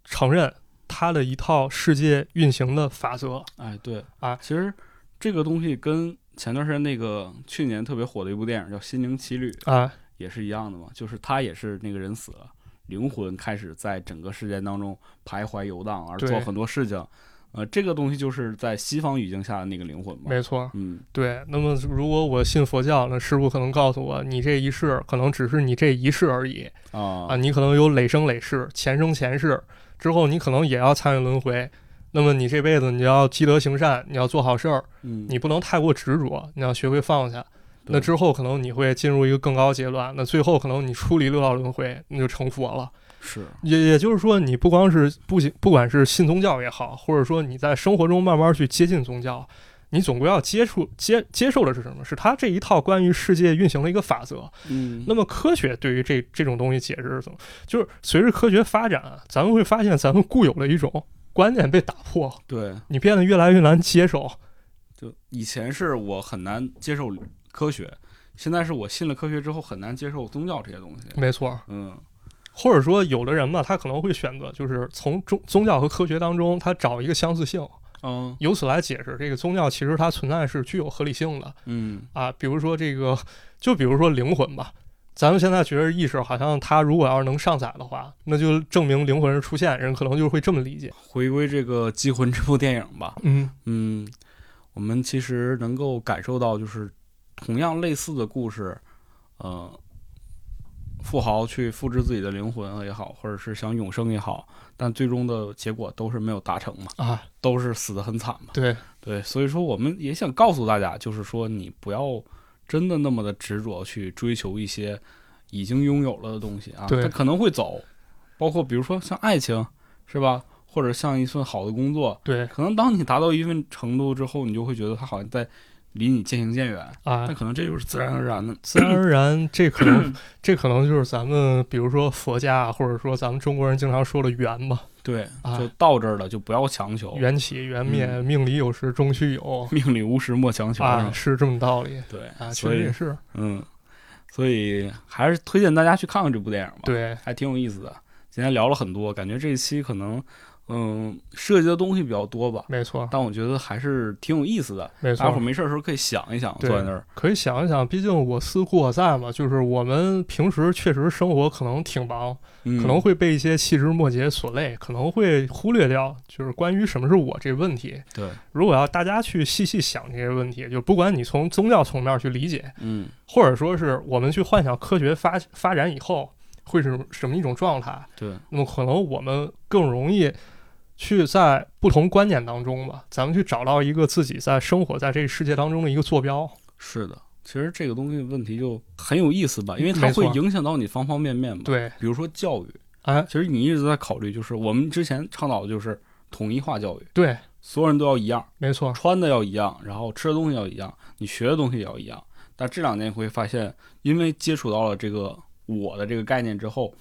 S7: 承认他的一套世界运行的法则。
S6: 哎，对
S7: 啊
S6: 其实这个东西跟前段时间那个去年特别火的一部电影叫《心灵奇旅》
S7: 啊，
S6: 也是一样的嘛，就是他也是那个人死了，灵魂开始在整个事件当中徘徊游荡，而
S7: 对
S6: 做很多事情。呃，这个东西就是在西方语境下的那个灵魂嘛。
S7: 没错，
S6: 嗯，
S7: 对。那么如果我信佛教，那师傅可能告诉我，你这一世可能只是你这一世而已
S6: 啊
S7: 啊，你可能有累生累世、前生前世，之后你可能也要参与轮回。那么你这辈子你要积德行善，你要做好事儿，
S6: 嗯，
S7: 你不能太过执着，你要学会放下。
S6: 对
S7: 那之后可能你会进入一个更高阶段，那最后可能你出离六道轮回，你就成佛了。
S6: 是
S7: 也也就是说，你不光是不仅不管是信宗教也好，或者说你在生活中慢慢去接近宗教，你总归要接触接接受的是什么？是它这一套关于世界运行的一个法则。
S6: 嗯
S7: 那么科学对于这这种东西解释是怎么？就是随着科学发展啊，咱们会发现咱们固有的一种观念被打破，
S6: 对，
S7: 你变得越来越难接受。
S6: 就以前是我很难接受科学，现在是我信了科学之后很难接受宗教这些东西。
S7: 没错，
S6: 嗯，
S7: 或者说有的人嘛，他可能会选择就是从宗宗教和科学当中，他找一个相似性，
S6: 嗯
S7: 由此来解释这个宗教其实它存在是具有合理性的
S6: 嗯
S7: 啊。比如说这个，就比如说灵魂吧。咱们现在觉得意识好像它如果要是能上载的话，那就证明灵魂是出现，人可能就会这么理解。
S6: 回归这个《机魂》这部电影吧，
S7: 嗯，
S6: 嗯，我们其实能够感受到，就是同样类似的故事，呃，富豪去复制自己的灵魂也好，或者是想永生也好，但最终的结果都是没有达成嘛，
S7: 啊，
S6: 都是死得很惨嘛。
S7: 对，
S6: 对，所以说我们也想告诉大家，就是说你不要真的那么的执着去追求一些已经拥有了的东西啊，
S7: 对
S6: 它可能会走，包括比如说像爱情，是吧？或者像一份好的工作，
S7: 对
S6: 可能当你达到一定程度之后，你就会觉得它好像在离你渐行渐远，
S7: 啊
S6: 但，可能这就是自然而然的。
S7: 自 (clears throat) 然而然，这
S6: 嗯
S7: 可能 (clears throat) 这可能就是咱们比如说佛家啊，或者说咱们中国人经常说的缘吧，
S6: 对，
S7: 啊
S6: 就到这儿了，就不要强求，
S7: 缘起缘灭，
S6: 哦嗯
S7: 命里有时终须有
S6: 命里无时莫强求。
S7: 啊，
S6: 是吧
S7: 是这么道理
S6: 对
S7: 啊，确
S6: 所
S7: 实也
S6: 以
S7: 是
S6: 嗯，所以还是推荐大家去看看这部电影吧。
S7: 对，
S6: 还挺有意思的。今天聊了很多，感觉这一期可能，嗯，涉及的东西比较多吧，
S7: 没错，
S6: 但我觉得还是挺有意思的。
S7: 没
S6: 大家伙儿
S7: 错。
S6: 没事儿的时候可以想一想，
S7: 对
S6: 坐在那儿，
S7: 可以想一想，毕竟我思故我在嘛，就是我们平时确实生活可能挺忙，
S6: 嗯
S7: 可能会被一些细枝末节所累，可能会忽略掉就是关于什么是我这问题。
S6: 对，
S7: 如果要大家去细细想这些问题，就不管你从宗教层面去理解，
S6: 嗯，
S7: 或者说是我们去幻想科学发发展以后会是什么一种状态，
S6: 对，
S7: 那么可能我们更容易去在不同观点当中吧，咱们去找到一个自己在生活在这个世界当中的一个坐标。
S6: 是的。其实这个东西问题就很有意思吧，因为它
S7: 没错
S6: 会影响到你方方面面嘛。，
S7: 对，
S6: 比如说教育，
S7: 哎，
S6: 其实你一直在考虑，就是我们之前倡导的就是统一化教育，
S7: 对，
S6: 所有人都要一样，
S7: 没错，
S6: 穿的要一样，然后吃的东西要一样，你学的东西也要一样。但这两年你会发现，因为接触到了这个我的这个概念之后，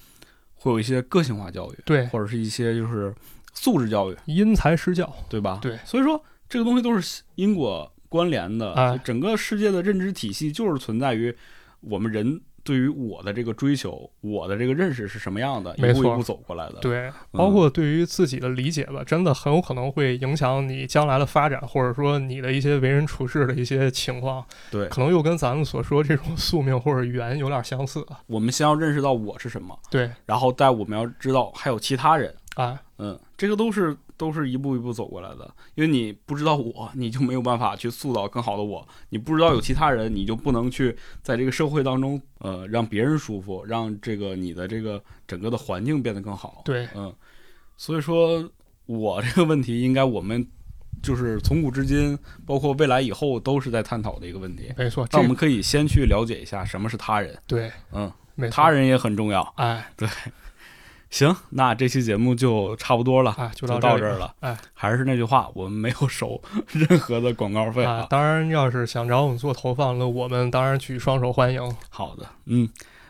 S6: 会有一些个性化教育，
S7: 对，
S6: 或者是一些就是素质教育，
S7: 因材施教。
S6: 对吧？
S7: 对
S6: 所以说这个东西都是因果关联的，
S7: 哎
S6: 就整个世界的认知体系就是存在于我们人。对于我的这个追求，我的这个认识是什么样的，一
S7: 没
S6: 步一
S7: 错
S6: 步走过来的。，
S7: 对，包括对于自己的理解吧，真的很有可能会影响你将来的发展，或者说你的一些为人处事的一些情况，
S6: 对，
S7: 可能又跟咱们所说这种宿命或者缘有点相似啊。
S6: 我们先要认识到我是什么，
S7: 对，
S6: 然后但我们要知道还有其他人，
S7: 啊，
S6: 嗯，这个都是都是一步一步走过来的，因为你不知道我，你就没有办法去塑造更好的我；你不知道有其他人，你就不能去在这个社会当中，呃，让别人舒服，让这个你的这个整个的环境变得更好。，
S7: 对，
S6: 嗯，所以说我这个问题，应该我们就是从古至今，包括未来以后，都是在探讨的一个问题。
S7: 没错，这
S6: 那我们可以先去了解一下什么是他人，
S7: 对，
S6: 嗯，
S7: 没错
S6: 他，人也很重要。
S7: 哎
S6: 行，那这期节目就差不多了
S7: 啊，就
S6: 就
S7: 到
S6: 到
S7: 这
S6: 这
S7: 里
S6: 儿了。
S7: 哎
S6: 还是那句话，我们没有收 (laughs) 任何的广告费
S7: 啊，
S6: 啊。
S7: 当然，要是想找我们做投放，那我们当然举双手欢 (laughs) 迎。
S6: 好的，嗯，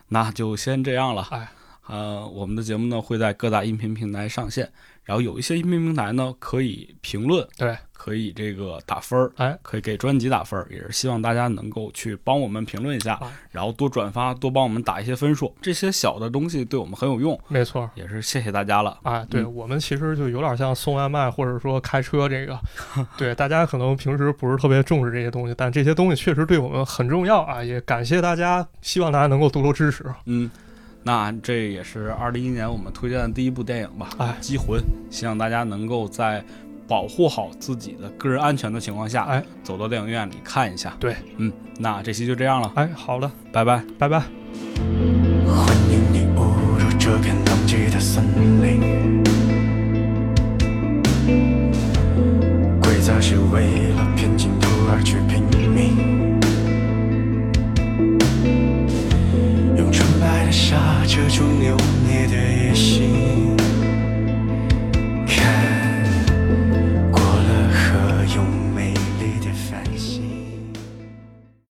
S6: 那就先这样了。
S7: 哎，
S6: 呃，我们的节目呢会在各大音频平台上线，然后有一些音频平台呢可以评论，
S7: 对，
S6: 可以这个打分儿，
S7: 哎，
S6: 可以给专辑打分儿，也是希望大家能够去帮我们评论一下
S7: 哎，
S6: 然后多转发，多帮我们打一些分数，这些小的东西对我们很有用，
S7: 没错。
S6: 也是谢谢大家了。
S7: 啊，对、我们其实就有点像送外卖或者说开车这 (laughs) 个，对大家可能平时不是特别重视这些东西，但这些东西确实对我们很重要啊，也感谢大家，希望大家能够多多支持。
S6: 嗯，那这也是二零一年我们推荐的第一部电影吧，
S7: 哎
S6: 《机魂》，希望大家能够在保护好自己的个人安全的情况下，
S7: 哎，
S6: 走到电影院里看一下。
S7: 对，
S6: 嗯，那这期就这样了，
S7: 哎，好的，
S6: 拜拜。
S7: 拜拜。
S5: 你